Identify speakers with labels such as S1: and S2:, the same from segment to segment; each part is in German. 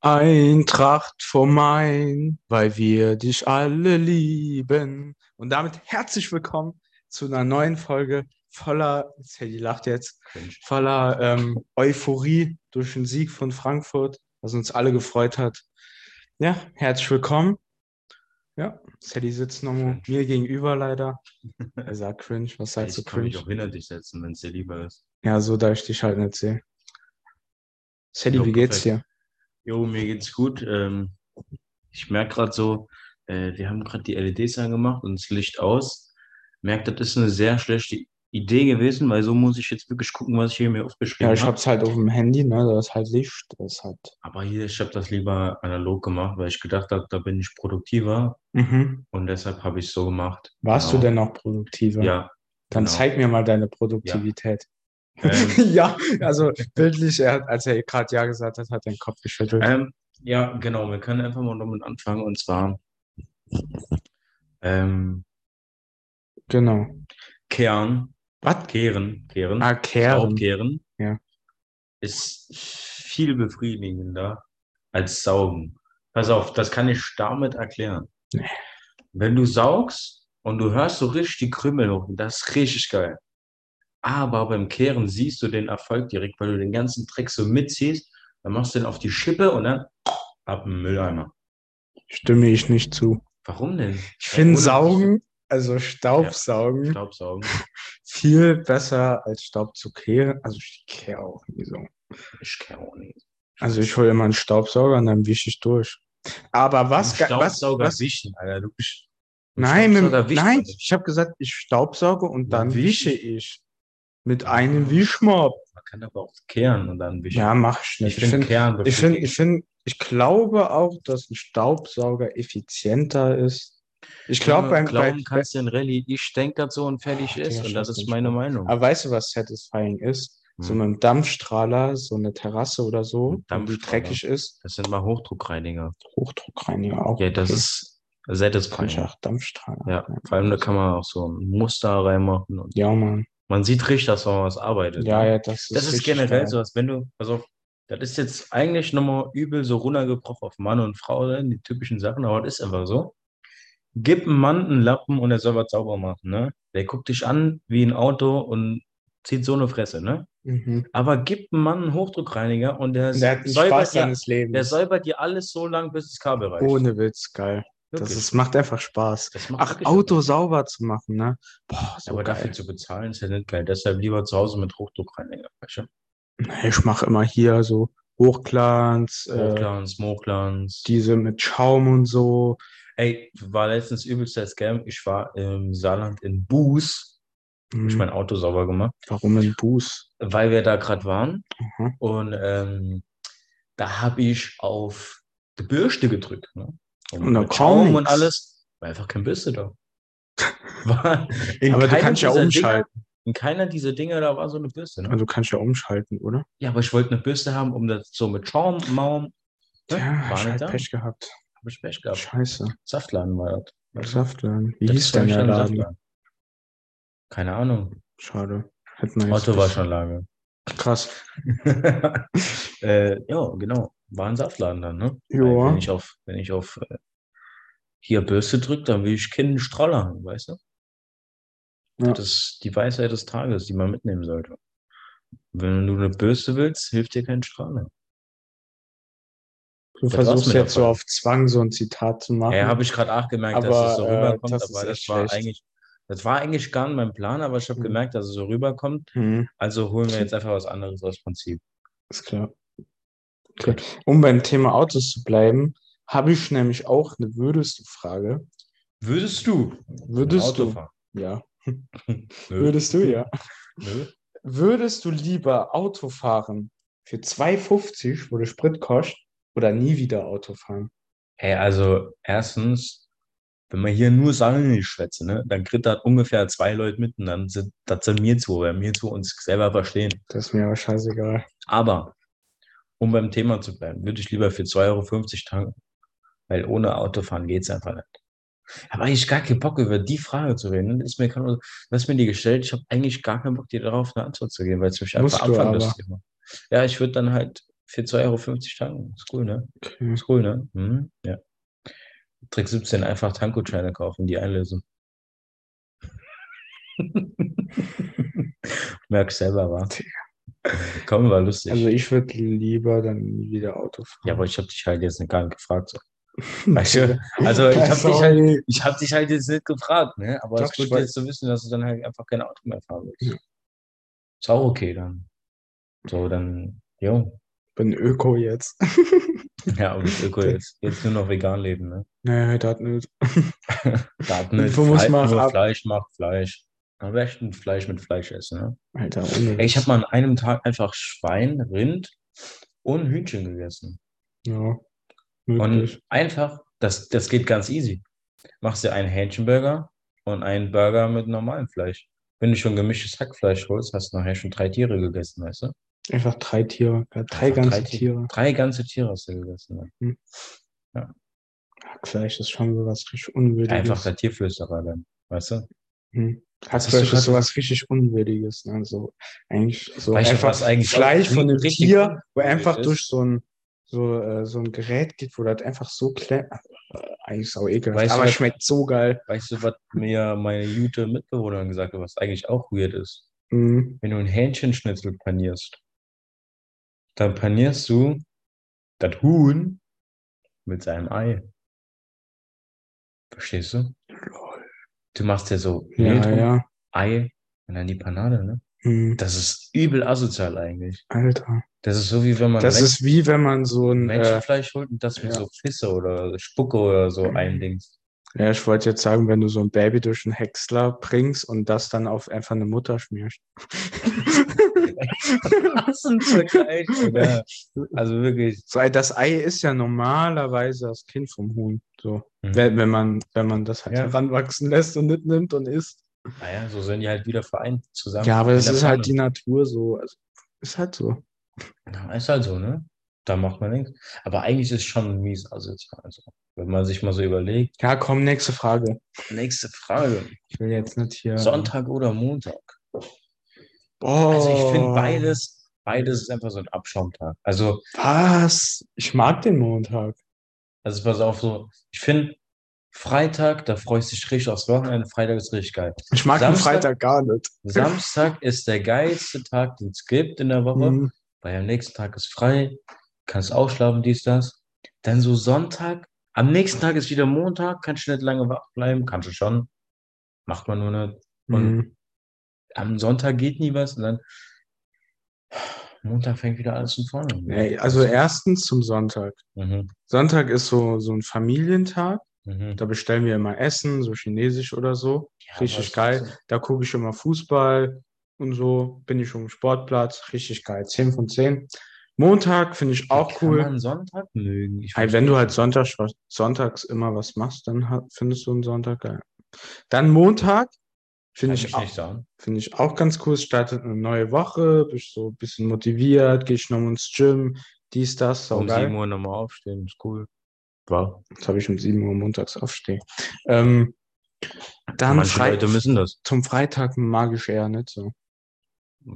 S1: Eintracht vom Main, weil wir dich alle lieben. Und damit herzlich willkommen zu einer neuen Folge voller, Sadie lacht jetzt, voller ähm, Euphorie durch den Sieg von Frankfurt, was uns alle gefreut hat. Ja, herzlich willkommen. Ja, Sadie sitzt nochmal mir gegenüber leider. Er sagt cringe, was sagst
S2: ich
S1: du
S2: kann mich auch
S1: cringe?
S2: hinter dich setzen, wenn es dir lieber ist.
S1: Ja, so da ich dich halt nicht sehe. Sadie,
S2: Jo,
S1: wie geht's
S2: perfekt.
S1: dir?
S2: Jo, mir geht's gut. Ähm, ich merke gerade so, äh, wir haben gerade die LEDs angemacht und das Licht aus. Merkt, das ist eine sehr schlechte Idee gewesen, weil so muss ich jetzt wirklich gucken, was ich hier mir
S1: Ja,
S2: aufgeschrieben
S1: ich
S2: habe.
S1: hab's halt auf dem Handy, ne? Da ist halt Licht, das ist halt.
S2: Aber hier, ich habe das lieber analog gemacht, weil ich gedacht habe, da bin ich produktiver
S1: Mhm.
S2: und deshalb habe ich so gemacht.
S1: Warst
S2: Genau.
S1: du denn noch produktiver?
S2: Ja,
S1: Dann
S2: genau.
S1: zeig mir mal deine Produktivität.
S2: Ähm,
S1: ja, also bildlich, er hat, als er gerade Ja gesagt hat, hat er den Kopf geschüttelt.
S2: Ähm, ja, genau. Wir können einfach mal damit anfangen. Und zwar ähm,
S1: genau.
S2: Kern,
S1: Was?
S2: Kehren, Kehren,
S1: Ah, Kern.
S2: Aufkehren
S1: Ja.
S2: ist viel befriedigender als Saugen. Pass auf, das kann ich damit erklären.
S1: Nee.
S2: Wenn du saugst und du hörst so richtig die Krümel hoch, das ist richtig geil. Aber beim Kehren siehst du den Erfolg direkt, weil du den ganzen Dreck so mitziehst, dann machst du den auf die Schippe und dann ab den Mülleimer.
S1: Stimme ich nicht zu.
S2: Warum denn?
S1: Ich finde
S2: ohne-
S1: Saugen, also Staubsaugen,
S2: Staubsaugen.
S1: viel besser als Staub zu kehren. Also ich kehre auch nie so.
S2: Ich kann auch nicht.
S1: Also ich hole immer einen Staubsauger und dann wische ich durch. Aber was,
S2: Mit
S1: ge- was,
S2: Staubsauger
S1: was
S2: wischen, Alter. Du bist mit
S1: Nein, mit,
S2: Staubsauger wischt man
S1: nein,
S2: nicht.
S1: ich habe gesagt, ich staubsauge und
S2: Ja,
S1: dann
S2: wischen.
S1: wische ich. Mit einem Wischmopp.
S2: Man kann aber auch kehren und dann wischen.
S1: Ja, mach ich
S2: ich
S1: nicht. Ich
S2: finde
S1: finde,
S2: Kehren
S1: ich, find,
S2: befriedigend.
S1: ich, find, ich glaube auch, dass ein Staubsauger effizienter ist. Ich glaube, beim.
S2: Genau, Glauben
S1: Bei,
S2: kannst du in Rallye, ich denke das so und fertig
S1: Ach,
S2: ist.
S1: Digga,
S2: Und das
S1: scheiß
S2: ist
S1: mich
S2: meine
S1: an.
S2: Meinung.
S1: aber Ah, weißt du, was satisfying ist? So
S2: Hm.
S1: mit einem Dampfstrahler, so eine Terrasse oder so,
S2: Ein
S1: wenn die
S2: Dampfstrahler.
S1: dreckig ist,
S2: Das sind mal Hochdruckreiniger.
S1: Hochdruckreiniger auch.
S2: Ja, das
S1: okay.
S2: ist satisfying.
S1: kann ich auch Dampfstrahler.
S2: Ja, vor allem da kann man auch so ein Muster reinmachen. Und
S1: Ja, Mann.
S2: man sieht richtig, dass man was arbeitet.
S1: Ja,
S2: ne?
S1: ja, das ist.
S2: Das ist
S1: richtig
S2: generell
S1: geil.
S2: so, als wenn du, also, das ist jetzt eigentlich nochmal übel so runtergebrochen auf Mann und Frau, ne? die typischen Sachen, aber das ist einfach so. Gib einem Mann einen Lappen und er soll was sauber machen, ne? Der guckt dich an wie ein Auto und zieht so eine Fresse, ne?
S1: Mhm.
S2: Aber gib einem Mann einen Hochdruckreiniger und der,
S1: Der hat einen
S2: säubert
S1: Spaß
S2: dir,
S1: seines
S2: der
S1: Lebens.
S2: säubert dir alles so lang, bis das Kabel reicht.
S1: Ohne Witz, geil. Das
S2: Wirklich.
S1: ist, macht einfach Spaß.
S2: Das macht
S1: Ach,
S2: wirklich
S1: Auto
S2: Spaß.
S1: sauber zu machen, ne? Boah, so
S2: Aber dafür
S1: geil.
S2: zu bezahlen ist ja nicht geil. Deshalb lieber zu Hause mit Hochdruckreiniger. weißt du?
S1: Ich mache immer hier so Hochglanz, Äh,
S2: Hochglanz, Mochglanz.
S1: diese mit Schaum und so.
S2: Ey, war letztens übelst der Scam. Ich war im Saarland in Buß, hab ich
S1: Hm,
S2: mein Auto sauber gemacht,
S1: Warum ein Buß?
S2: weil wir da gerade waren.
S1: Aha.
S2: Und ähm, da habe ich auf die Bürste gedrückt. Ne?
S1: Und da
S2: mit
S1: kam
S2: Schaum und
S1: nix.
S2: alles. War einfach kein Bürste da. War in
S1: Aber du
S2: keinem
S1: kannst ja
S2: dieser
S1: umschalten.
S2: Dinger, in keiner dieser Dinger, da war so eine Bürste. Ne?
S1: Also kannst ja umschalten, oder?
S2: Ja, aber ich wollte eine Bürste haben, um das so mit Schaum, Maum. Ne?
S1: Tja,
S2: war
S1: ich
S2: nicht
S1: halt
S2: da.
S1: Pech gehabt.
S2: Hab ich Pech gehabt.
S1: Scheiße.
S2: Saftladen war das.
S1: Saftladen. Wie
S2: Das
S1: hieß
S2: ist, glaub
S1: denn
S2: ich,
S1: der
S2: dann
S1: Laden?
S2: Saftladen. Keine Ahnung.
S1: Schade. Hätten wir jetzt
S2: Otto war
S1: gewusst.
S2: schon lange.
S1: Krass.
S2: äh, ja, genau. War ein Saftladen dann, ne?
S1: Ja.
S2: Weil Wenn ich auf, wenn ich auf äh, hier Bürste drücke, dann will ich keinen Stroller haben, weißt du?
S1: Ja.
S2: Das ist die Weisheit des Tages, die man mitnehmen sollte. Wenn du eine Bürste willst, hilft dir kein Strahler.
S1: Du
S2: Das war's
S1: versuchst
S2: mit
S1: jetzt so
S2: dabei.
S1: auf Zwang so ein Zitat zu machen.
S2: Ja, habe ich gerade auch gemerkt, dass
S1: Aber,
S2: es so
S1: äh,
S2: rüberkommt,
S1: das ist
S2: aber das
S1: echt
S2: war
S1: schlecht.
S2: eigentlich, das war eigentlich gar nicht mein Plan, aber ich habe
S1: Mhm.
S2: gemerkt, dass es so rüberkommt.
S1: Hm,
S2: Also holen wir jetzt einfach was anderes aus Prinzip.
S1: ist klar. Okay. Um beim Thema Autos zu bleiben, habe ich nämlich auch eine würdest du Frage.
S2: Würdest du
S1: Würdest
S2: Auto
S1: du?
S2: fahren?
S1: Ja.
S2: Nö.
S1: Würdest du, ja.
S2: Nö.
S1: Würdest du lieber Auto fahren für 2,50, wo der Sprit kostet, oder nie wieder Auto fahren?
S2: Hey, also erstens, wenn man hier nur Sachen schwätze, ne, dann kriegt das ungefähr zwei Leute mit und dann sind das sind wir zwei, weil wir zwei uns selber verstehen.
S1: Das ist mir aber scheißegal.
S2: Aber um beim Thema zu bleiben, würde ich lieber für 2,50 Euro tanken, weil ohne Autofahren geht es einfach nicht. Aber ich gar keinen Bock, über die Frage zu reden. Das ist mir, keine- du hast mir die gestellt, ich habe eigentlich gar keinen Bock, dir darauf eine Antwort zu geben, weil es mich einfach
S1: Musst du
S2: abfangen
S1: aber.
S2: lässt. Ja, ich würde dann halt Für 2,50 Euro tanken. Ist cool, ne?
S1: Okay.
S2: Ist cool, ne? Mhm, ja. Trick 17, einfach Tankgutscheine kaufen, die einlösen. Merkst selber, war. Komm, war lustig.
S1: Also ich würde lieber dann nie wieder Auto fahren.
S2: ja, aber ich habe dich halt jetzt gar nicht gefragt. So. Weißt du? Also ich habe dich, halt,
S1: Sorry.
S2: ich hab dich halt jetzt nicht gefragt, ne? aber
S1: Doch,
S2: es ist
S1: ich
S2: gut
S1: weiß.
S2: jetzt zu wissen, dass du dann halt einfach kein Auto mehr fahren willst.
S1: Ja.
S2: Ist auch okay dann. So, dann, jo.
S1: bin Öko jetzt.
S2: Ja, und Öko jetzt, jetzt nur noch vegan leben, ne?
S1: Nee, halt das nicht.
S2: Darf nicht,
S1: Wo muss
S2: Fle-
S1: man
S2: nur
S1: ab-
S2: Fleisch macht Fleisch. Am besten Fleisch mit Fleisch essen, ne?
S1: Alter, Halt ohne.
S2: Ey, ich habe mal an einem Tag einfach Schwein, Rind und Hühnchen gegessen.
S1: Ja.
S2: Und
S1: Wirklich.
S2: einfach, das, das geht ganz easy. Machst dir einen Hähnchenburger und einen Burger mit normalem Fleisch. Wenn du schon gemischtes Hackfleisch holst, hast du nachher schon drei Tiere gegessen, weißt du?
S1: Einfach drei Tiere. Ja, drei
S2: Einfach
S1: ganze
S2: drei Ti-
S1: Tiere.
S2: Drei ganze Tiere hast du gegessen. Ne?
S1: Hackfleisch ist schon sowas richtig Unwürdiges.
S2: Einfach der Tierflüsterer dann, weißt du?
S1: Hm.
S2: hast du
S1: Hackfleisch
S2: grad-
S1: ist sowas richtig Unwürdiges. Ne? So, eigentlich so
S2: Weißt du,
S1: einfach
S2: was eigentlich auch
S1: Fleisch von einem
S2: richtig
S1: Tier, wo
S2: unwürdig
S1: einfach
S2: ist?
S1: durch so ein, so, äh, so ein Gerät geht, wo das einfach so klein. Äh, Eigentlich sau ekelhaft.
S2: Weißt du,
S1: aber
S2: was-
S1: schmeckt so geil.
S2: Weißt du, was mir meine jute Mitbewohnerin gesagt hat, was eigentlich auch weird ist?
S1: Mhm.
S2: wenn du ein Hähnchenschnitzel panierst, dann panierst du das Huhn mit seinem Ei. Verstehst du?
S1: Lol.
S2: Du machst dir so Mehl
S1: Ja,
S2: drum,
S1: ja.
S2: Ei und dann die Panade, ne?
S1: Mhm.
S2: Das ist übel asozial eigentlich.
S1: Alter.
S2: Das ist so wie wenn man
S1: Das
S2: Mensch-
S1: ist wie wenn man so ein. Äh,
S2: Menschenfleisch holt und das mit
S1: ja.
S2: so Pisse oder Spucke oder so
S1: Mhm.
S2: eindingst.
S1: ja, ich wollte jetzt sagen, wenn du so ein Baby durch einen Häcksler bringst und das dann auf einfach eine Mutter schmierst.
S2: Das ist ein Vergleich, oder? Also wirklich.
S1: So, ey, das Ei ist ja normalerweise das Kind vom Huhn. So.
S2: Mhm.
S1: Wenn, wenn, man, wenn man das halt
S2: Ja.
S1: heranwachsen lässt und mitnimmt und isst.
S2: Naja, so sind die halt wieder vereint zusammen.
S1: Ja, aber
S2: in
S1: das
S2: der
S1: ist halt
S2: Pfanne.
S1: die Natur so. Also, ist halt so.
S2: Ja, ist halt so, ne? Da macht man nichts. Aber eigentlich ist es schon mies asozial. Also, wenn man sich mal so überlegt.
S1: Ja, komm, nächste Frage.
S2: Nächste Frage.
S1: Ich will jetzt nicht hier.
S2: Sonntag oder Montag?
S1: Boah.
S2: Also ich finde
S1: Oh.
S2: beides, beides ist einfach so ein Abschaumtag. Also,
S1: Was? Ich mag den Montag.
S2: also pass auf, so, ich finde Freitag, da freust du dich richtig aufs Wochenende. Freitag ist richtig geil.
S1: Ich mag den
S2: Samstag?
S1: Freitag gar nicht.
S2: Samstag ist der geilste Tag, den es gibt in der Woche.
S1: Mhm.
S2: weil am nächsten Tag ist frei, kannst ausschlafen, dies, das. Dann so Sonntag, am nächsten Tag ist wieder Montag, kannst du nicht lange wach bleiben, kannst du schon, macht man nur nicht. Und
S1: Mhm.
S2: am Sonntag geht nie was und dann Montag fängt wieder alles von vorne an.
S1: Ey, also erstens zum Sonntag.
S2: Mhm,
S1: Sonntag ist so, so ein Familientag.
S2: mhm.
S1: Da bestellen wir immer Essen, so chinesisch oder so.
S2: Ja,
S1: richtig
S2: aber
S1: geil.
S2: es-
S1: Da gucke ich immer Fußball und so. Bin ich um Sportplatz. Richtig geil. 10 von 10. Montag finde ich auch
S2: Kann
S1: cool.
S2: man Sonntag mögen. Ich
S1: Ey, wenn du halt Sonntags, was- sonntags immer was machst, dann ha- findest du einen Sonntag geil. Dann Montag finde ich,
S2: ich nicht
S1: auch-
S2: sagen.
S1: finde ich auch ganz cool. Es startet eine neue Woche, bist so ein bisschen motiviert, gehst nochmal ins Gym, dies, das, so
S2: um
S1: geil.
S2: 7 Uhr nochmal aufstehen, ist cool. Wow.
S1: Jetzt habe ich um 7 Uhr montags aufstehen. Ähm, dann
S2: Manche
S1: Frei
S2: Leute müssen das.
S1: zum Freitag mag ich eher nicht so.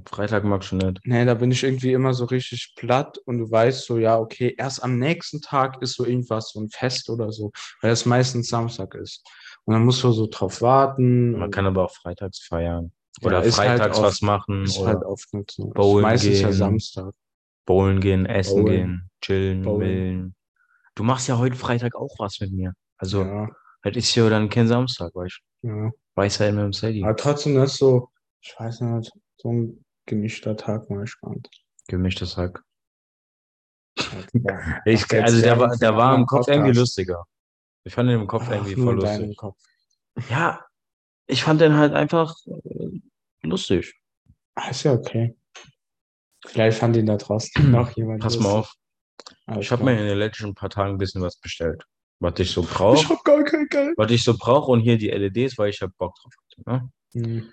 S2: Freitag magst du nicht.
S1: Nee, ne, da bin ich irgendwie immer so richtig platt und du weißt so, ja, okay, erst am nächsten Tag ist so irgendwas, so ein Fest oder so, weil das meistens Samstag ist. Und dann musst du so drauf warten.
S2: Man
S1: und
S2: kann aber auch freitags feiern. Oder
S1: ist halt
S2: freitags
S1: auf-
S2: was machen.
S1: ist
S2: oder
S1: halt oft nicht so.
S2: Bowlen
S1: meistens ja
S2: gehen.
S1: Samstag.
S2: Bowlen gehen, essen
S1: Bowlen.
S2: gehen, chillen,
S1: Bowlen.
S2: millen. Du machst ja heute Freitag auch was mit mir. Also,
S1: Ja,
S2: das ist ja dann kein Samstag, weißt du?
S1: ja.
S2: Weiß ja immer im Sadie.
S1: Aber trotzdem das ist so, ich weiß nicht, so ein gemischter Tag mal spannend.
S2: Gemischtes Hack.
S1: Ja.
S2: Ich,
S1: jetzt
S2: also, der
S1: werden
S2: war,
S1: wir
S2: der
S1: einen
S2: war im
S1: anderen
S2: Kopf
S1: Podcast.
S2: irgendwie lustiger. Ich fand den im Kopf
S1: Ach,
S2: irgendwie
S1: nur
S2: voll
S1: in deinem
S2: lustig.
S1: Kopf.
S2: Ja, ich fand den halt einfach äh, lustig.
S1: Ah, ist ja okay. Vielleicht fand ihn da draußen noch jemand.
S2: Pass mal auf. Ich habe mir in den letzten paar Tagen ein bisschen was bestellt. Was ich so brauche.
S1: Ich hab gar kein Geld.
S2: Was ich so brauche und hier die LEDs, weil ich ja Bock drauf hatte. Ne?
S1: Hm.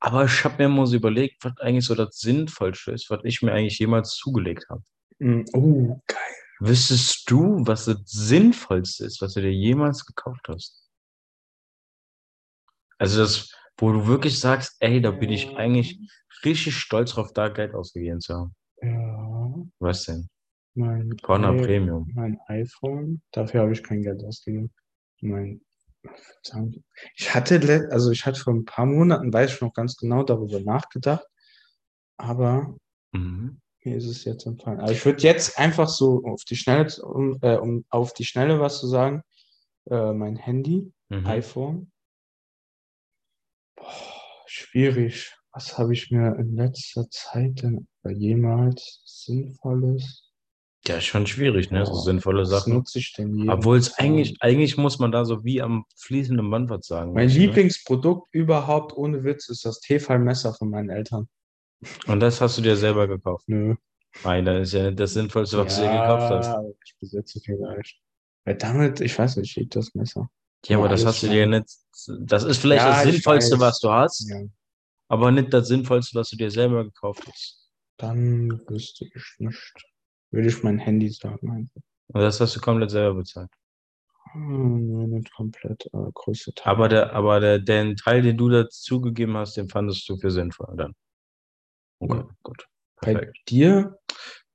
S2: Aber ich habe mir mal so überlegt, was eigentlich so das Sinnvollste ist, was ich mir eigentlich jemals zugelegt habe.
S1: Hm. Oh, geil.
S2: Wüsstest du, was das Sinnvollste ist, was du dir jemals gekauft hast? Also das, wo du wirklich sagst, ey, da bin ich eigentlich richtig stolz drauf, da Geld ausgegeben zu haben.
S1: Ja.
S2: Was denn?
S1: Mein,
S2: Corner
S1: Ei-
S2: Premium.
S1: mein iPhone, dafür habe ich kein Geld ausgegeben. Mein, verdammt. ich hatte, le- also ich hatte vor ein paar Monaten, weiß ich noch ganz genau, darüber nachgedacht, aber
S2: Mhm.
S1: mir ist es jetzt entfallen. Also ich würde jetzt einfach so auf die Schnelle, um, äh, um auf die Schnelle was zu sagen, äh, mein Handy,
S2: Mhm.
S1: iPhone. Boah, schwierig. Was habe ich mir in letzter Zeit denn jemals Sinnvolles?
S2: Ja, ist schon schwierig, ne? So
S1: Boah,
S2: sinnvolle
S1: Was
S2: Sachen.
S1: nutze ich denn jeden
S2: Obwohl es
S1: Tag?
S2: eigentlich, eigentlich muss man da so wie am fließenden Band was sagen.
S1: Mein
S2: weißt du, ne?
S1: Lieblingsprodukt überhaupt, ohne Witz, ist das Tefal-Messer von meinen Eltern.
S2: Ne? Und das hast du dir selber gekauft.
S1: Nö.
S2: Nein, das ist ja das Sinnvollste, was du dir gekauft hast.
S1: aber Ich besitze vielleicht. Weil damit, ich weiß nicht, ich liebe das Messer.
S2: Ja, aber
S1: Ja,
S2: das
S1: alles
S2: hast du dir
S1: klar.
S2: nicht. Das ist vielleicht
S1: Ja,
S2: das
S1: ich
S2: Sinnvollste,
S1: weiß.
S2: was du hast,
S1: Ja.
S2: aber nicht das Sinnvollste, was du dir selber gekauft hast.
S1: Dann wüsste ich nicht. Würde ich mein Handy sagen. einfach.
S2: Und das hast du komplett selber bezahlt.
S1: Hm, Nö, nicht komplett, aber größte Teil.
S2: Aber der, aber der, den Teil, den du dazugegeben hast, den fandest du für sinnvoll dann. Okay,
S1: Ja. bei
S2: gut. Ah, Perfekt.
S1: dir,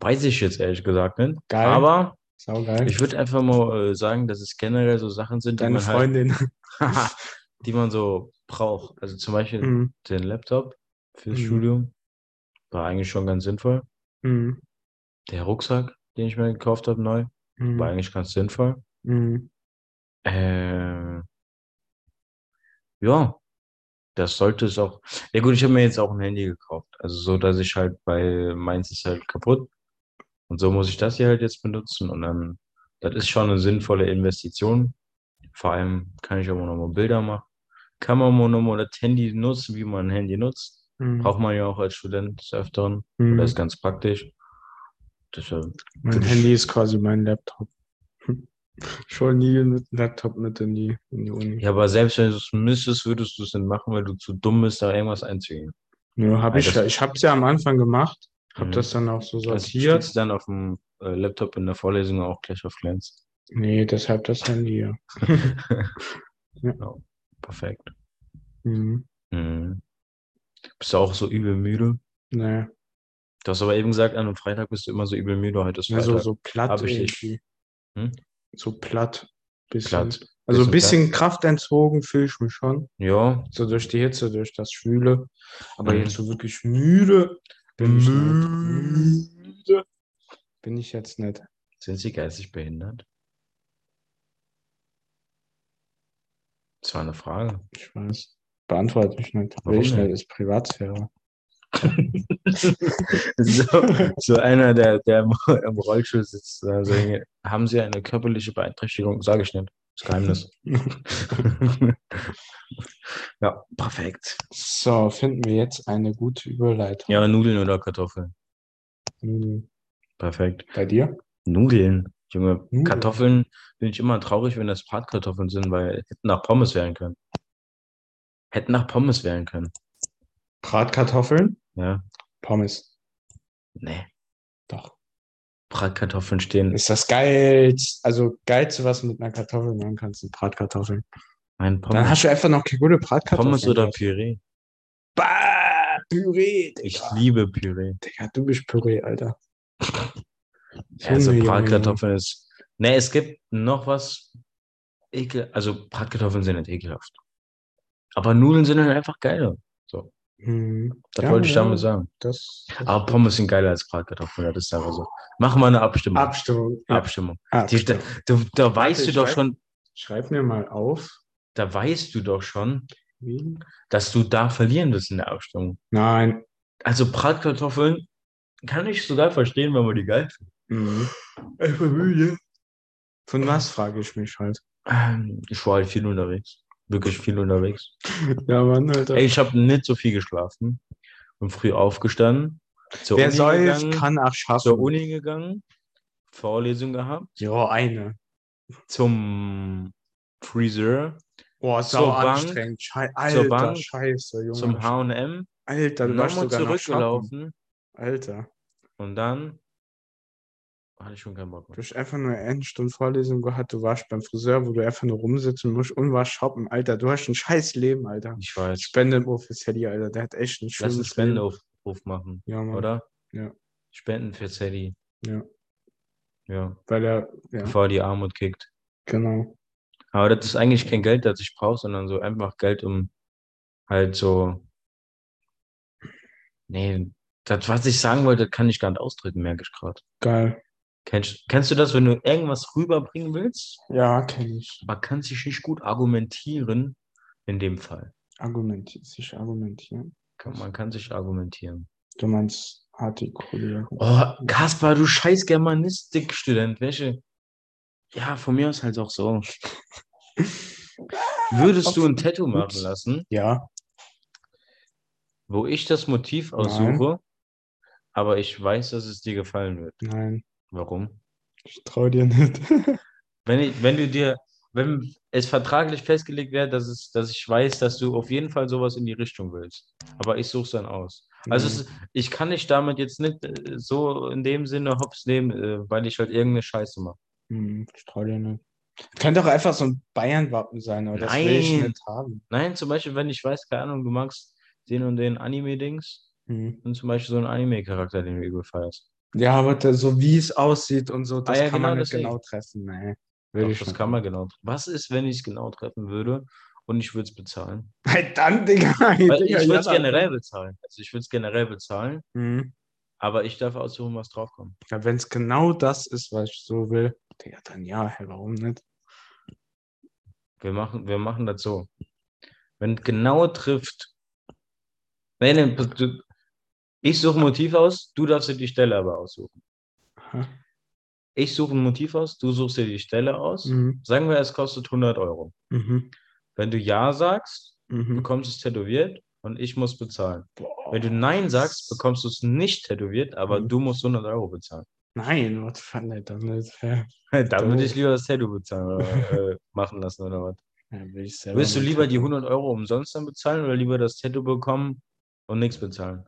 S2: Weiß ich jetzt ehrlich gesagt nicht.
S1: Geil.
S2: Aber
S1: saugeil.
S2: ich würde einfach mal äh, sagen, dass es generell so Sachen sind, die
S1: Deine
S2: man halt,
S1: Freundin.
S2: die man so braucht. Also zum Beispiel
S1: Hm,
S2: den Laptop fürs
S1: Mhm.
S2: Studium war eigentlich schon ganz sinnvoll.
S1: hm,
S2: Der Rucksack, den ich mir gekauft habe, neu,
S1: hm,
S2: war eigentlich ganz sinnvoll.
S1: hm.
S2: Äh, ja, das sollte es auch. Ja gut, ich habe mir jetzt auch ein Handy gekauft. Also so, dass ich halt, weil meins ist halt kaputt. Und so muss ich das hier halt jetzt benutzen. Und dann, das ist schon eine sinnvolle Investition. Vor allem kann ich auch nochmal Bilder machen. Kann man auch nochmal das Handy nutzen, wie man ein Handy nutzt.
S1: hm,
S2: Braucht man ja auch als Student des Öfteren.
S1: hm.
S2: Das ist ganz praktisch. äh, Deshalb
S1: Mein Handy ist quasi mein Laptop. Ich hole nie einen Laptop mit in die, in die Uni.
S2: Ja, aber selbst wenn du es müsstest, würdest du es nicht machen, weil du zu dumm bist, da irgendwas einzugehen.
S1: Nö, hab
S2: Ja,
S1: ich
S2: das-
S1: ja. Ich habe es ja am Anfang gemacht, habe
S2: Mhm.
S1: das dann auch so
S2: Das
S1: sortiert.
S2: steht dann auf dem äh, Laptop in der Vorlesung auch gleich auf Glänz.
S1: nee, deshalb das Handy ja.
S2: Genau. Perfekt.
S1: Mhm.
S2: Mhm. Bist du auch so übel müde?
S1: Nee,
S2: Du hast aber eben gesagt, an einem Freitag bist du immer so übel müde. Heute ist
S1: ja, so,
S2: Freitag.
S1: so platt
S2: Hab ich nicht.
S1: irgendwie.
S2: Hm?
S1: So platt. Bisschen.
S2: Platt.
S1: Also ein
S2: Bisschen platt.
S1: bisschen Kraft entzogen fühle ich mich schon.
S2: Ja,
S1: So durch die Hitze, durch das Schwüle. Aber
S2: Mhm.
S1: jetzt so wirklich müde. Bin ich nicht. Müde. Bin ich jetzt nicht.
S2: sind sie geistig behindert? Das war eine Frage.
S1: Ich weiß. Beantworte ich nicht.
S2: Warum
S1: Will ich
S2: denn?
S1: nicht, ist Privatsphäre.
S2: so, so einer, der, der im, im Rollstuhl sitzt, da so hinge- haben Sie eine körperliche Beeinträchtigung? Sage ich nicht. Das Geheimnis. ja, perfekt.
S1: So, finden wir jetzt eine gute Überleitung.
S2: Ja, Nudeln oder Kartoffeln?
S1: Hm,
S2: Perfekt.
S1: Bei dir?
S2: Nudeln. Junge,
S1: Nudeln.
S2: Kartoffeln bin ich immer traurig, wenn das Bratkartoffeln sind, weil hätten nach Pommes wählen können. Hätten nach Pommes wählen können.
S1: Bratkartoffeln?
S2: Ja,
S1: Pommes.
S2: nee.
S1: Doch.
S2: Bratkartoffeln stehen.
S1: Ist das geilste, also geilste, was du mit einer Kartoffel machen kannst, sind Bratkartoffeln.
S2: Nein,
S1: Dann
S2: Pommes.
S1: hast du einfach noch keine gute Bratkartoffeln.
S2: Pommes oder Püree?
S1: bah, Püree,
S2: Ich
S1: Digga.
S2: liebe Püree.
S1: Digga, du bist Püree, Alter.
S2: Ja, also
S1: Junge, Junge,
S2: Bratkartoffeln ist. Ne, es gibt noch was. Ekel, also Bratkartoffeln sind nicht ekelhaft. Aber Nudeln sind halt einfach geiler.
S1: Hm,
S2: Das
S1: Ja,
S2: wollte ich
S1: ja.
S2: damit sagen.
S1: das, das
S2: Aber Pommes sind geiler als Bratkartoffeln, das ist einfach so. Machen wir eine Abstimmung.
S1: Abstimmung. Ja,
S2: Abstimmung. Die, da,
S1: Abstimmung.
S2: da, da weißt du
S1: ich
S2: doch
S1: schreib-
S2: schon,
S1: Schreib mir mal auf.
S2: da weißt du doch schon,
S1: wie-
S2: dass du da verlieren wirst in der Abstimmung.
S1: Nein.
S2: Also Bratkartoffeln kann ich sogar verstehen, wenn man die geil findet.
S1: Mhm.
S2: Ich bin müde.
S1: Von was frage ich mich halt.
S2: Ähm, Ich war halt viel unterwegs. Wirklich viel unterwegs.
S1: Ja, Mann, Alter.
S2: Ey, ich habe nicht so viel geschlafen. Bin früh aufgestanden. Zur
S1: Wer
S2: Uni
S1: säuft,
S2: gegangen,
S1: kann auch schaffen.
S2: zur Uni gegangen, Vorlesung gehabt,
S1: Jo, eine.
S2: zum Freezer,
S1: Boah, sau
S2: Zur Bank,
S1: anstrengend. Schei Alter,
S2: Bank,
S1: scheiße, Junge.
S2: zum H&M,
S1: Alter, du warst
S2: nochmal
S1: sogar noch shoppen.
S2: zurückgelaufen
S1: Alter,
S2: und dann hatte ich schon keinen Bock
S1: du
S2: mehr.
S1: hast einfach nur eine Endstunde Vorlesung gehabt, du warst beim Friseur, wo du einfach nur rumsitzen musst und warst shoppen. Alter, du hast ein scheiß Leben, Alter.
S2: Ich weiß.
S1: Spende im Office, Handy, Alter, der hat echt ein
S2: Lass
S1: schönes
S2: einen Spendenaufruf
S1: Leben.
S2: machen,
S1: Ja, Mann.
S2: oder?
S1: Ja.
S2: Spenden für Teddy.
S1: Ja.
S2: Ja.
S1: weil er, ja,
S2: Bevor er die Armut kickt.
S1: genau.
S2: Aber das ist eigentlich kein Geld, das ich brauche, sondern so einfach Geld, um halt so. Nee, das, was ich sagen wollte, kann ich gar nicht ausdrücken, merke ich gerade.
S1: Geil.
S2: Kennst, kennst du das, wenn du irgendwas rüberbringen willst,
S1: Ja, kenne ich.
S2: aber kannst dich nicht gut argumentieren? In dem Fall.
S1: Argument, sich argumentieren.
S2: Kann, man kann sich argumentieren.
S1: Du meinst artikulieren.
S2: Oh, Kaspar, du scheiß Germanistikstudent, welche? Ja, von mir aus halt auch so. Würdest du ein Tattoo machen
S1: Ups.
S2: lassen,
S1: Ja,
S2: wo ich das Motiv aussuche, aber ich weiß, dass es dir gefallen wird?
S1: nein,
S2: Warum?
S1: ich traue dir nicht.
S2: Wenn, ich, wenn du dir, wenn es vertraglich festgelegt wäre, dass, es, dass ich weiß, dass du auf jeden Fall sowas in die Richtung willst, aber ich suche es dann aus. Also
S1: Mhm.
S2: es, ist- ich kann dich damit jetzt nicht äh, so in dem Sinne hops nehmen, äh, weil ich halt irgendeine Scheiße mache.
S1: Hm, ich trau dir nicht. Könnte doch einfach so ein Bayern-Wappen sein, aber das will ich
S2: Nein.
S1: nicht haben.
S2: Nein, zum Beispiel, wenn ich weiß, keine Ahnung, du magst den und den Anime-Dings
S1: Hm.
S2: und zum Beispiel so einen Anime-Charakter, den du übel feierst.
S1: Ja, aber da, so wie es aussieht und so, das
S2: ja,
S1: kann
S2: genau
S1: man nicht
S2: deswegen.
S1: genau treffen. Nee, will
S2: Doch,
S1: ich
S2: das
S1: nicht.
S2: kann man genau. Was ist, wenn ich es genau treffen würde und ich würde es bezahlen?
S1: Hey, dann, Digga.
S2: Weil ich
S1: Digga,
S2: würde es
S1: ja,
S2: generell bezahlen. Also ich würde es generell bezahlen,
S1: Hm.
S2: aber ich darf aussuchen, was draufkommt.
S1: Ja, wenn es genau das ist, was ich so will, Digga, dann ja, hey, warum nicht?
S2: Wir machen, wir machen das so. Wenn es genau trifft. Nein, nein, pass- du- ich suche ein Motiv aus, du darfst dir die Stelle aber aussuchen.
S1: Aha.
S2: Ich suche ein Motiv aus, du suchst dir die Stelle aus.
S1: Mhm.
S2: Sagen wir, es kostet 100 Euro.
S1: Mhm.
S2: Wenn du Ja sagst,
S1: Mhm.
S2: bekommst du es tätowiert und ich muss bezahlen.
S1: Boah.
S2: Wenn du Nein sagst, bekommst du es nicht tätowiert, aber
S1: Mhm.
S2: du musst 100 Euro bezahlen.
S1: Nein, what the fuck, nee, dann nicht. Ja,
S2: Dann würde ich
S1: Doof.
S2: lieber das Tattoo bezahlen oder äh, machen lassen oder was.
S1: will ich selber
S2: Willst du
S1: nicht
S2: lieber
S1: haben.
S2: die 100 Euro umsonst dann bezahlen oder lieber das Tattoo bekommen und nichts bezahlen?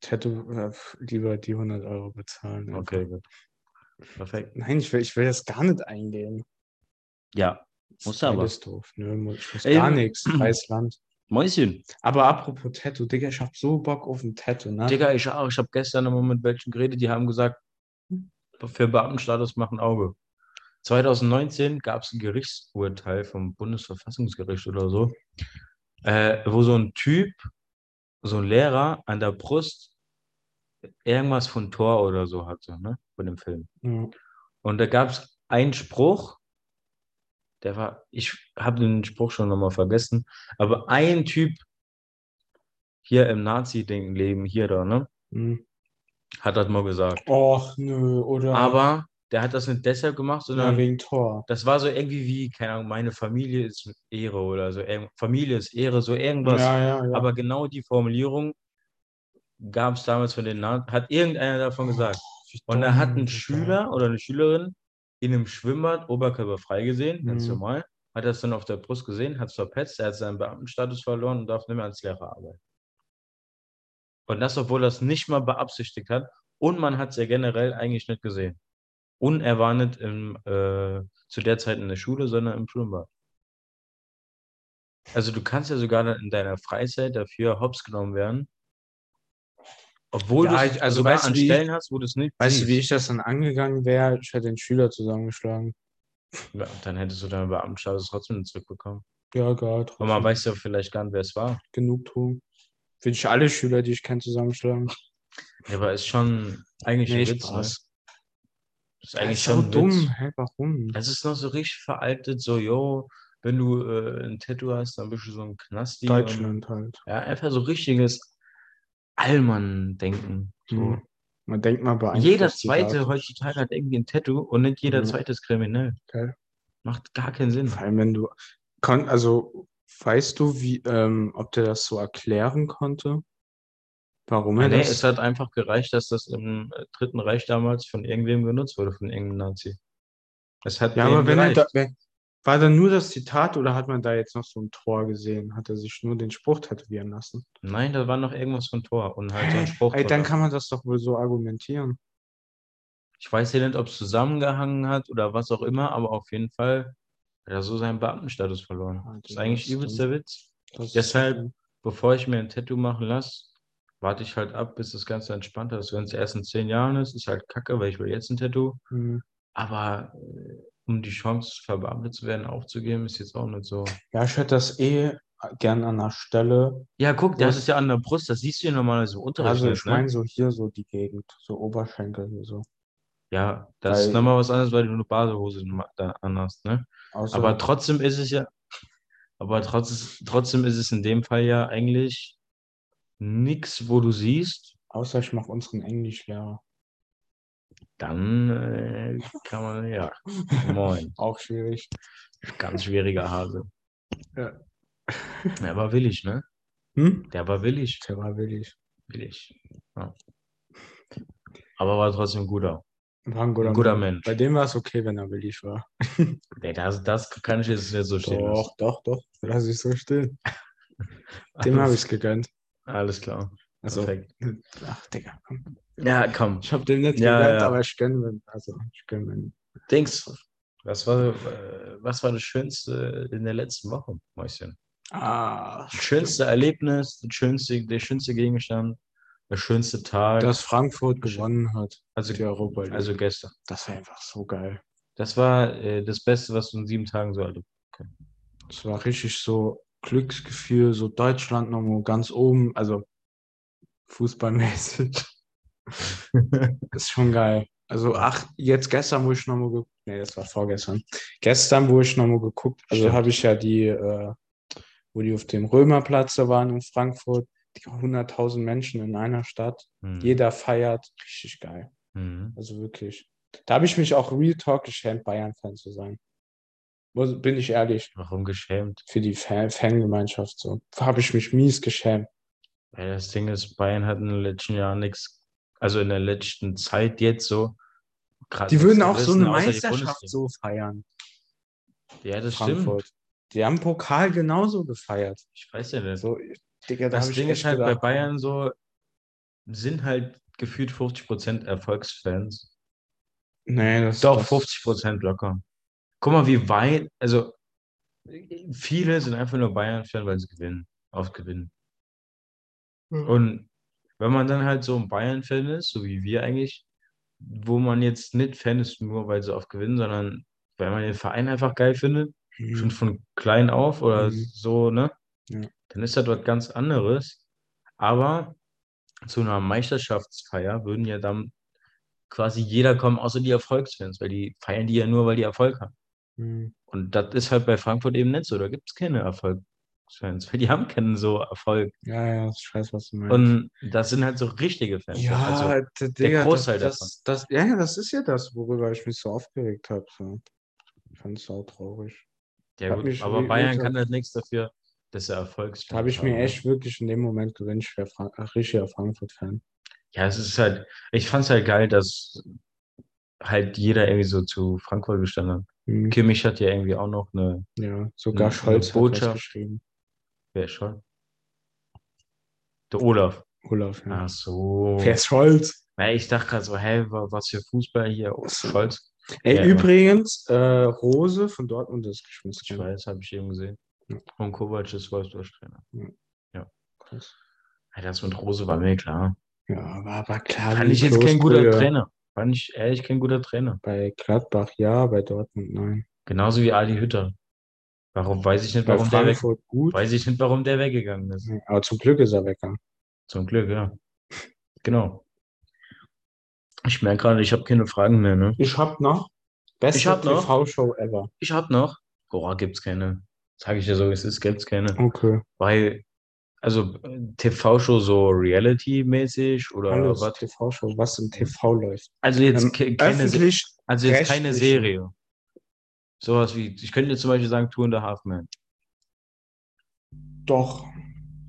S1: Tattoo, äh, lieber die 100 Euro bezahlen. einfach.
S2: Okay, gut. Perfekt.
S1: Nein, ich will, ich will das gar nicht eingehen.
S2: Ja. Musst du aber. Ähm,
S1: Das ist doof. Nö, mu- ich muss
S2: Ey,
S1: gar nichts. Freies Land.
S2: Mäuschen.
S1: Aber apropos Tattoo, Digga, ich hab so Bock auf ein Tattoo, ne?
S2: Digga, ich auch. Ich habe gestern nochmal mit welchen geredet, die haben gesagt, für Beamtenstatus mach ein Auge. 2019 gab es ein Gerichtsurteil vom Bundesverfassungsgericht oder so, äh, wo so ein Typ, so ein Lehrer an der Brust irgendwas von Thor oder so hatte, ne? Von dem Film.
S1: Ja.
S2: Und da gab es einen Spruch, der war, ich habe den Spruch schon nochmal vergessen, aber ein Typ hier im Nazi-Ding leben, hier da, ne?
S1: Hm.
S2: Hat das mal gesagt.
S1: Och, nö, oder?
S2: Aber ähm, der hat das nicht deshalb gemacht,
S1: Na,
S2: sondern
S1: wegen Tor.
S2: das war so irgendwie wie, keine Ahnung, meine Familie ist Ehre oder so. irgend- Familie ist Ehre, so irgendwas.
S1: Ja, ja, ja.
S2: Aber genau die Formulierung gab es damals von den Nazis, hat irgendeiner davon gesagt.
S1: Wie
S2: Und da
S1: dumm,
S2: hat ein
S1: Digga.
S2: Schüler oder eine Schülerin in einem Schwimmbad Oberkörper frei gesehen, ganz
S1: Mhm.
S2: normal, hat das dann auf der Brust gesehen, hat es verpetzt, er hat seinen Beamtenstatus verloren und darf nicht mehr als Lehrer arbeiten. Und das, obwohl er es nicht mal beabsichtigt hat und man hat es ja generell eigentlich nicht gesehen. Und er war nicht im, äh, zu der Zeit in der Schule, sondern im Schwimmbad. Also du kannst ja sogar dann in deiner Freizeit dafür hops genommen werden. Obwohl
S1: Ja,
S2: du
S1: ich-
S2: es
S1: also
S2: also sogar
S1: weißt du,
S2: an
S1: wie ich-
S2: Stellen hast, wo du es nicht
S1: Weißt du,
S2: siehst.
S1: wie ich das dann angegangen wäre? Ich hätte den Schüler zusammengeschlagen.
S2: Ja, dann hättest du deinen Beamtenstatus trotzdem nicht zurückbekommen.
S1: Ja, egal.
S2: Aber man weiß ja vielleicht gar nicht, wer es war.
S1: Genug tun. Will ich alle Schüler, die ich kenne, zusammenschlagen?
S2: Ja, aber ist schon eigentlich
S1: Nee,
S2: ein Witz. Ne?
S1: Spaß.
S2: Ist eigentlich
S1: ist
S2: schon
S1: so
S2: ein
S1: dumm.
S2: Witz.
S1: Hä, warum?
S2: Es ist noch so richtig veraltet, so, yo, wenn du äh, ein Tattoo hast, dann bist du so ein Knasti. und-
S1: Deutschland halt.
S2: Ja, einfach so richtiges Allmann-Denken. So.
S1: Mhm. Man denkt mal bei
S2: Jeder Zweite heutzutage hat irgendwie ein Tattoo und nicht jeder
S1: Mhm.
S2: Zweite ist kriminell.
S1: Geil.
S2: Macht gar keinen Sinn.
S1: Vor allem, wenn du. Kon also, weißt du, wie, ähm, ob der das so erklären konnte? Warum er
S2: Ah, Nee,
S1: das.
S2: es hat einfach gereicht, dass das im äh, Dritten Reich damals von irgendwem genutzt wurde, von irgendeinem Nazi. Es hat
S1: ja, aber
S2: denen
S1: wenn er da.
S2: gereicht.
S1: Wenn, war da nur das Zitat oder hat man da jetzt noch so ein Tor gesehen? Hat er sich nur den Spruch tätowieren lassen?
S2: Nein, da war noch irgendwas von Tor und halt so ein
S1: Hä?
S2: Spruch.
S1: Ey, dann
S2: drauf.
S1: kann man das doch wohl so argumentieren.
S2: ich weiß ja nicht, ob es zusammengehangen hat oder was auch immer, aber auf jeden Fall hat er so seinen Beamtenstatus verloren.
S1: Ah,
S2: das ist
S1: Digga,
S2: eigentlich
S1: das ist
S2: übelster Witz.
S1: Das ist-
S2: Deshalb- Bevor ich mir ein Tattoo machen lasse, warte ich halt ab, bis das Ganze entspannter ist. Wenn es erst in zehn Jahren ist, ist halt kacke, weil ich will jetzt ein Tattoo.
S1: Mhm.
S2: Aber äh, um die Chance verbeamtet zu werden, aufzugeben, ist jetzt auch nicht so.
S1: Ja, ich hätte das eh gern an der Stelle.
S2: Ja, guck, das ist ja an der Brust, das siehst du ja normalerweise ne? unterhalb.
S1: Also ich meine so hier so die Gegend, so Oberschenkel hier so.
S2: Ja, das ist
S1: Weil-
S2: nochmal was anderes, weil du eine Badehose ma- da anhast, ne?
S1: Außer,
S2: Aber trotzdem ist es ja, aber trotz, trotzdem ist es in dem Fall ja eigentlich nichts, wo du siehst.
S1: außer ich mache unseren Englischlehrer.
S2: Dann äh, kann man, ja, moin,
S1: Auch schwierig.
S2: ganz schwieriger Hase.
S1: Ja.
S2: Der war willig, ne?
S1: Hm?
S2: Der war willig,
S1: Der war willig.
S2: willig. Ja. Aber war trotzdem ein guter,
S1: War ein
S2: ein
S1: guter,
S2: guter
S1: Mann.
S2: Mensch.
S1: Bei dem war es okay, wenn er willig war.
S2: Nee, das, das kann ich jetzt nicht so stehen lassen.
S1: Doch, doch, doch. Lass ich so stehen. Dem habe ich es gegönnt.
S2: Alles klar,
S1: Also,
S2: perfekt.
S1: ach, Digga.
S2: Ja, komm.
S1: Ich habe dem nicht
S2: Ja,
S1: gegönnt,
S2: ja.
S1: aber ich gönne mir. Also, ich gönne mir.
S2: Dings, was war, äh, was war das Schönste in der letzten Woche, Mäuschen?
S1: Ah,
S2: Das schönste Erlebnis, das schönste, der schönste Gegenstand, der schönste Tag,
S1: dass Frankfurt gewonnen hat.
S2: also,
S1: Die Europa League.
S2: also gestern.
S1: das war einfach so geil.
S2: Das war äh, das Beste, was du in sieben Tagen so erlebt
S1: Es war richtig so Glücksgefühl, so Deutschland nochmal ganz oben, also fußballmäßig.
S2: Hm,
S1: ist schon geil. Also, ach, jetzt gestern, wo ich nochmal geguckt Nee, das war vorgestern. Gestern, wo ich nochmal geguckt also
S2: Stimmt.
S1: habe ich ja die, äh, wo die auf dem Römerplatz da waren in Frankfurt, die 100.000 Menschen in einer Stadt.
S2: Mhm.
S1: Jeder feiert. Richtig geil.
S2: Mhm.
S1: Also wirklich. Da habe ich mich auch Real Talk geschämt, Bayern-Fan zu sein. Muss- Bin ich ehrlich.
S2: Warum geschämt?
S1: Für die Fan Fangemeinschaft so. Habe ich mich mies geschämt.
S2: Weil das Ding ist, Bayern hat in den letzten Jahren nichts, also in der letzten Zeit jetzt so. grad
S1: Die
S2: nichts
S1: würden auch so
S2: gerissen,
S1: eine
S2: außer die
S1: Meisterschaft
S2: Bundesliga.
S1: so feiern.
S2: Ja, das stimmt.
S1: Frankfurt. Die haben Pokal genauso gefeiert.
S2: Ich weiß ja nicht.
S1: So, Digga, da
S2: das
S1: hab ich
S2: Ding
S1: echt
S2: ist halt
S1: gedacht, oh, ne?
S2: bei Bayern so, sind halt gefühlt 50% Erfolgsfans.
S1: Nee, das
S2: Doch,
S1: das-
S2: 50% locker. Guck mal, wie weit, also viele sind einfach nur Bayern-Fan, weil sie gewinnen, auf Gewinnen.
S1: Hm.
S2: Und wenn man dann halt so ein Bayern-Fan ist, so wie wir eigentlich, wo man jetzt nicht Fan ist, nur weil sie auf Gewinnen, sondern weil man den Verein einfach geil findet, schon
S1: Mhm.
S2: von klein auf oder
S1: Mhm.
S2: so, ne?
S1: Ja.
S2: Dann ist das was ganz anderes. Aber zu einer Meisterschaftsfeier würden ja dann quasi jeder kommen, außer die Erfolgsfans, weil die feiern die ja nur, weil die Erfolg haben.
S1: Mhm.
S2: Und das ist halt bei Frankfurt eben nicht so. Da gibt es keine Erfolgsfans, weil die haben keinen so Erfolg.
S1: Ja, ja, ich weiß, was du meinst.
S2: Und das sind halt so richtige Fans.
S1: ja,
S2: also,
S1: d- Digga,
S2: Großteil
S1: das, das, das, ja, ja, das ist ja das, worüber ich mich so aufgeregt habe. So. Ich fand es auch traurig.
S2: ja
S1: hab
S2: gut,
S1: mich
S2: aber
S1: wie-
S2: Bayern
S1: wie-
S2: kann halt nichts dafür, dass er Erfolgsfans
S1: Da habe ich mir
S2: haben, ne?
S1: echt wirklich in dem Moment gewünscht, ich wäre Frank ach, richtiger Frankfurt-Fan.
S2: Ja, es ist halt, ich fand's halt geil, dass halt jeder irgendwie so zu Frankfurt gestanden hat.
S1: Mhm.
S2: Kimmich hat ja irgendwie auch noch eine,
S1: Ja, sogar
S2: Eine-
S1: Scholz
S2: eine
S1: hat was
S2: also Botschaft.
S1: geschrieben.
S2: wer ist schon? Der Olaf.
S1: Olaf, ja.
S2: Ach so.
S1: Wer ist Scholz?
S2: Na, ich dachte gerade so, hä, wa- was für Fußball hier? Oh, Scholz.
S1: Ey,
S2: Ja,
S1: übrigens, äh, Rose von Dortmund ist
S2: Ich
S1: geschmissen.
S2: weiß, habe ich eben gesehen.
S1: Ja.
S2: Und Kovac ist Wolfsburg-Trainer.
S1: Krass.
S2: Ja, Das mit Rose war mir klar.
S1: Ja, aber, aber klar.
S2: Fand
S1: wie
S2: ich jetzt kein
S1: Klos
S2: guter
S1: früher.
S2: Trainer. Fand ich ehrlich kein guter Trainer.
S1: Bei Gladbach ja, bei Dortmund nein.
S2: Genauso wie Adi Hütter. Warum weiß ich nicht,
S1: Bei
S2: warum der weg,
S1: Frankfurt gut.
S2: weiß ich nicht, warum der weggegangen ist.
S1: Nee, Aber zum Glück ist er weggegangen.
S2: Zum Glück, ja. Genau. Ich merke gerade, ich habe keine Fragen mehr, ne?
S1: Ich hab noch. Beste
S2: Ich hab noch.
S1: TV-Show ever.
S2: Ich habe noch. Boah, gibt's keine. Sag ich dir so, wie es ist, gibt's keine.
S1: Okay.
S2: Weil, also äh, TV-Show so Reality-mäßig oder
S1: Alles
S2: was?
S1: TV-Show, was im TV läuft.
S2: Also jetzt
S1: Ähm,
S2: ke- keine, Se-
S1: Öffentlich
S2: also jetzt keine
S1: rechtlichen.
S2: Serie. Sowas wie, ich könnte jetzt zum Beispiel sagen, Two and a Half Man.
S1: doch.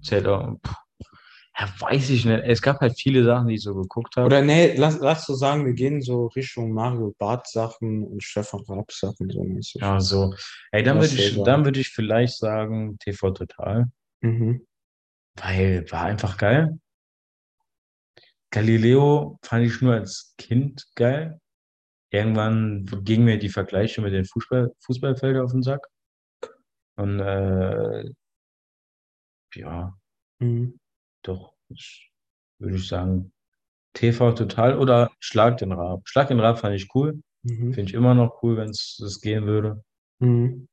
S2: Zählt auch. Puh. Ja, weiß ich nicht. Es gab halt viele Sachen, die ich so geguckt habe.
S1: Oder nee, lass, lass so sagen, wir gehen so Richtung Mario Barth Sachen und Stefan Raab Sachen so mäßig.
S2: Ja, so. Ey, dann
S1: Das
S2: würde ich,
S1: soll sein.
S2: dann würde ich vielleicht sagen, TV Total.
S1: Mhm.
S2: Weil war einfach geil. Galileo fand ich nur als Kind geil. Irgendwann gingen mir die Vergleiche mit den Fußball, Fußballfeldern auf den Sack. Und äh, ja,
S1: Mhm.
S2: doch, ich, würde ich sagen, TV total oder Schlag den Raab. Schlag den Raab fand ich cool.
S1: Mhm.
S2: Finde ich immer noch cool, wenn es das gehen würde.
S1: Mhm.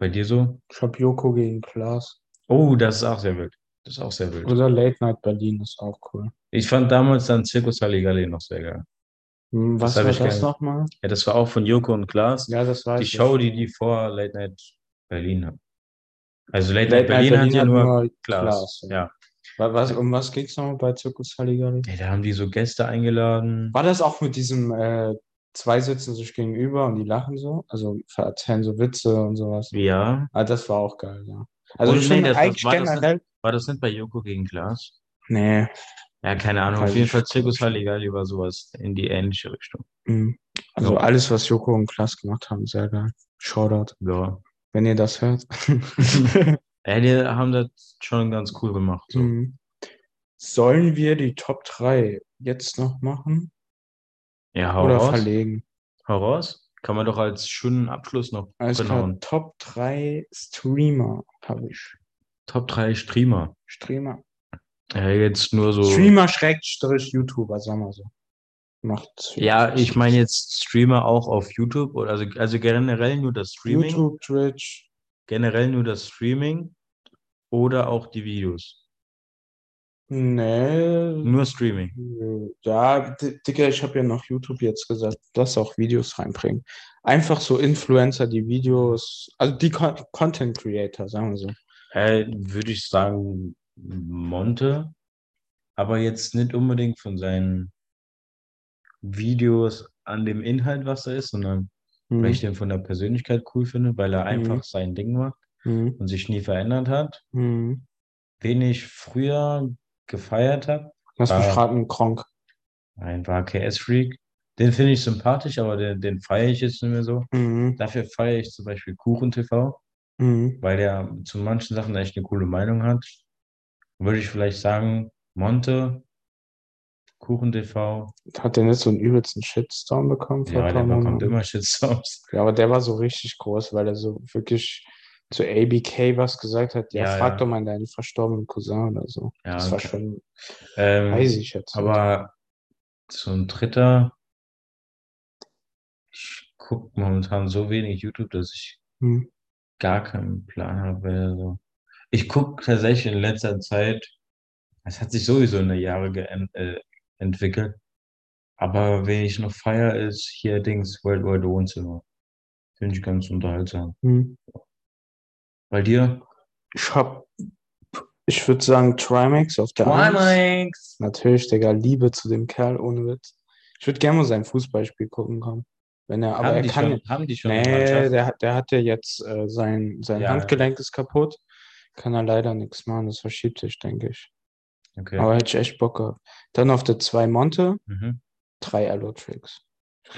S2: Bei dir so?
S1: Ich habe Joko gegen Klaas.
S2: Oh, das ist auch sehr wild. Das ist auch sehr wild.
S1: Oder Late Night Berlin ist auch cool.
S2: Ich fand damals dann Circus Halligalli noch sehr geil.
S1: Hm,
S2: Das
S1: Was
S2: hab
S1: war
S2: ich
S1: das
S2: gerne.
S1: nochmal?
S2: Ja, das war auch von Joko und Klaas.
S1: Ja, das weiß
S2: die
S1: ich.
S2: Show, die die vor Late Night Berlin hat. Also Late Night
S1: Late Night
S2: Berlin, hat ja nur Klaas.
S1: Klaas.
S2: Ja.
S1: Wa- Was, um was ging es nochmal bei Zirkus Halligalli?
S2: Ey, da haben die so Gäste eingeladen.
S1: War das auch mit diesem, äh, zwei sitzen sich gegenüber und die lachen so? Also erzählen so Witze und sowas.
S2: Ja.
S1: Ah, das war auch geil, ja. Also
S2: Und
S1: ich finde
S2: nee, das war-
S1: eigentlich
S2: war das
S1: generell.
S2: War das nicht bei Joko gegen Klaas?
S1: Nee.
S2: Ja, keine Ahnung.
S1: Weiß
S2: Auf jeden
S1: ich
S2: Fall Circus Halligalli war sowas in die ähnliche Richtung.
S1: Mhm. Also
S2: Ja.
S1: alles, was Joko und Klaas gemacht haben, sehr geil. Shoutout,
S2: Ja.
S1: wenn ihr das hört.
S2: Ja, die haben das schon ganz cool gemacht. So.
S1: Mhm. Sollen wir die Top 3 jetzt noch machen?
S2: Ja, hau
S1: Oder
S2: raus.
S1: verlegen?
S2: Hau raus. Kann man doch als schönen Abschluss noch
S1: Alles
S2: genau.
S1: klar, Top 3 Streamer habe ich.
S2: Top 3 Streamer.
S1: Streamer.
S2: Ja, jetzt nur so.
S1: Streamer Schrägstrich YouTuber, sagen wir so. Macht
S2: Ja, ich meine jetzt Streamer auch auf YouTube oder also, also generell nur das Streaming,
S1: YouTube, Twitch.
S2: generell nur das Streaming oder auch die Videos.
S1: Nee.
S2: Nur Streaming.
S1: Ja, Di- Digga, ich habe ja noch YouTube jetzt gesagt, dass auch Videos reinbringen. Einfach so Influencer, die Videos, also die Con Content Creator, sagen wir so.
S2: Äh, würde ich sagen, Monte, aber jetzt nicht unbedingt von seinen Videos an dem Inhalt, was er ist, sondern
S1: Mhm.
S2: weil ich den von der Persönlichkeit cool finde, weil er einfach
S1: Mhm.
S2: sein Ding macht
S1: Mhm.
S2: und sich nie verändert hat.
S1: Mhm.
S2: Wen ich früher gefeiert habe,
S1: Lass mich
S2: Ah.
S1: raten, Kronk.
S2: Ein war KS-Freak. Den finde ich sympathisch, aber den, den feiere ich jetzt nicht mehr so.
S1: Mhm.
S2: Dafür feiere ich zum Beispiel Kuchen TV,
S1: Mhm.
S2: weil der zu manchen Sachen echt eine coole Meinung hat. Würde ich vielleicht sagen, Monte, Kuchen TV.
S1: Hat der nicht so einen übelsten Shitstorm bekommen vor
S2: Ja,
S1: ein
S2: der
S1: paar
S2: bekommt
S1: Monaten?
S2: immer Shitstorms.
S1: Ja, aber der war so richtig groß, weil er so wirklich zu ABK was gesagt hat. Ja,
S2: Ja,
S1: frag
S2: ja.
S1: doch mal deinen verstorbenen Cousin oder so.
S2: Ja,
S1: Das war
S2: okay.
S1: schon, weiß
S2: Ähm,
S1: ich jetzt. nicht.
S2: aber so ein dritter. Ich gucke momentan so wenig YouTube, dass ich
S1: Hm.
S2: gar keinen Plan habe. wer so. Ich gucke tatsächlich in letzter Zeit, es hat sich sowieso in der Jahre geent äh, entwickelt, aber wen ich noch feier ist hier Dings World Wide Wohnzimmer. Finde ich ganz unterhaltsam.
S1: Hm.
S2: Bei dir?
S1: Ich hab, ich würde sagen, Trimax auf der Eins.
S2: Trimax!
S1: Natürlich, Digga, Liebe zu dem Kerl, ohne Witz. Ich würde gerne mal sein Fußballspiel gucken kommen. Wenn er, aber
S2: haben,
S1: er
S2: die
S1: kann ja-
S2: schon, haben die schon eine
S1: Nee,
S2: Mannschaft?
S1: der, hat- der hat ja jetzt äh, sein, sein
S2: Ja.
S1: Handgelenk ist kaputt. Kann er leider nichts machen. Das verschiebt sich, denke ich.
S2: Okay.
S1: Aber hätte ich echt Bock gehabt. Dann auf der 2 Monte,
S2: Mhm.
S1: 3 Allotrix.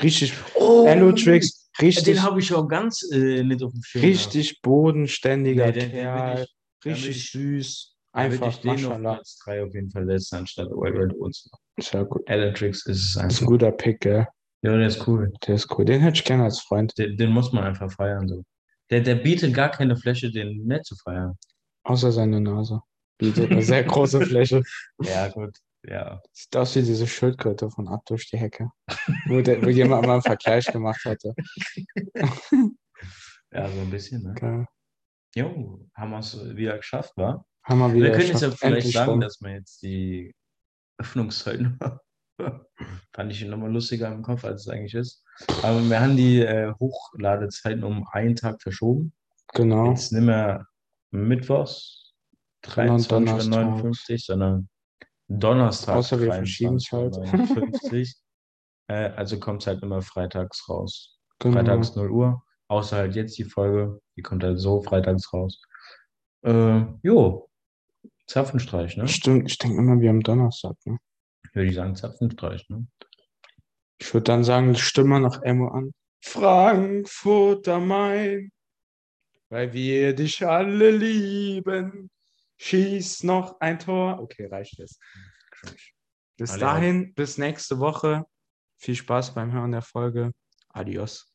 S1: Richtig,
S2: Oh,
S1: Allotrix, richtig,
S2: den habe ich auch ganz äh, nicht auf dem Schirm.
S1: richtig bodenständiger
S2: Nee, den- den will
S1: Kerl.
S2: ich- will
S1: Richtig
S2: ich-
S1: süß.
S2: gehabt. Würde ich
S1: Einfach,
S2: den auf
S1: mashallah.
S2: Platz 3 auf jeden Fall setzen, anstatt World Wide Wohnzimmer.
S1: Ist ja gut.
S2: Electrics ist es
S1: Ist ein
S2: einfach.
S1: guter Pick, gell?
S2: Ja, der ist cool.
S1: Der ist cool. Den hätte ich gerne als Freund.
S2: Den, den muss man einfach feiern. So. Der, der bietet gar keine Fläche, den nicht zu feiern.
S1: Außer seine Nase. Bietet eine sehr große Fläche.
S2: Ja, gut. Ja.
S1: Sieht aus wie diese Schildkröte von Ab durch die Hecke. Wo, der, wo jemand mal einen Vergleich gemacht hatte.
S2: Ja, so ein bisschen, ne?
S1: Geil.
S2: Jo, haben wir es wieder geschafft, wa?
S1: Haben wir wieder.
S2: Wir können jetzt ja
S1: geschafft.
S2: vielleicht
S1: Endlich
S2: sagen,
S1: rum.
S2: dass wir jetzt die Öffnungszeiten Fand ich nochmal lustiger im Kopf, als es eigentlich ist. Aber wir haben die äh, Hochladezeiten um einen Tag verschoben.
S1: Genau.
S2: Jetzt nicht mehr mittwochs
S1: Sondern
S2: 23.59 sondern Donnerstag.
S1: Außer wir verschieben's halt.
S2: 23.59. äh, also kommt es halt immer freitags raus.
S1: Genau.
S2: Freitags 0 Uhr. Außer halt jetzt die Folge. Die kommt halt so freitags raus. Äh, jo. Zapfenstreich, ne?
S1: Stimmt, ich denke immer wie am Donnerstag. Ne?
S2: Würde ich sagen, Zapfenstreich, ne?
S1: Ich würde dann sagen, stimme mal nach Emo an. Frankfurt am Main, weil wir dich alle lieben. Schieß noch ein Tor. Okay, reicht jetzt. Bis
S2: Alle auf.
S1: dahin, bis nächste Woche. Viel Spaß beim Hören der Folge. Adios.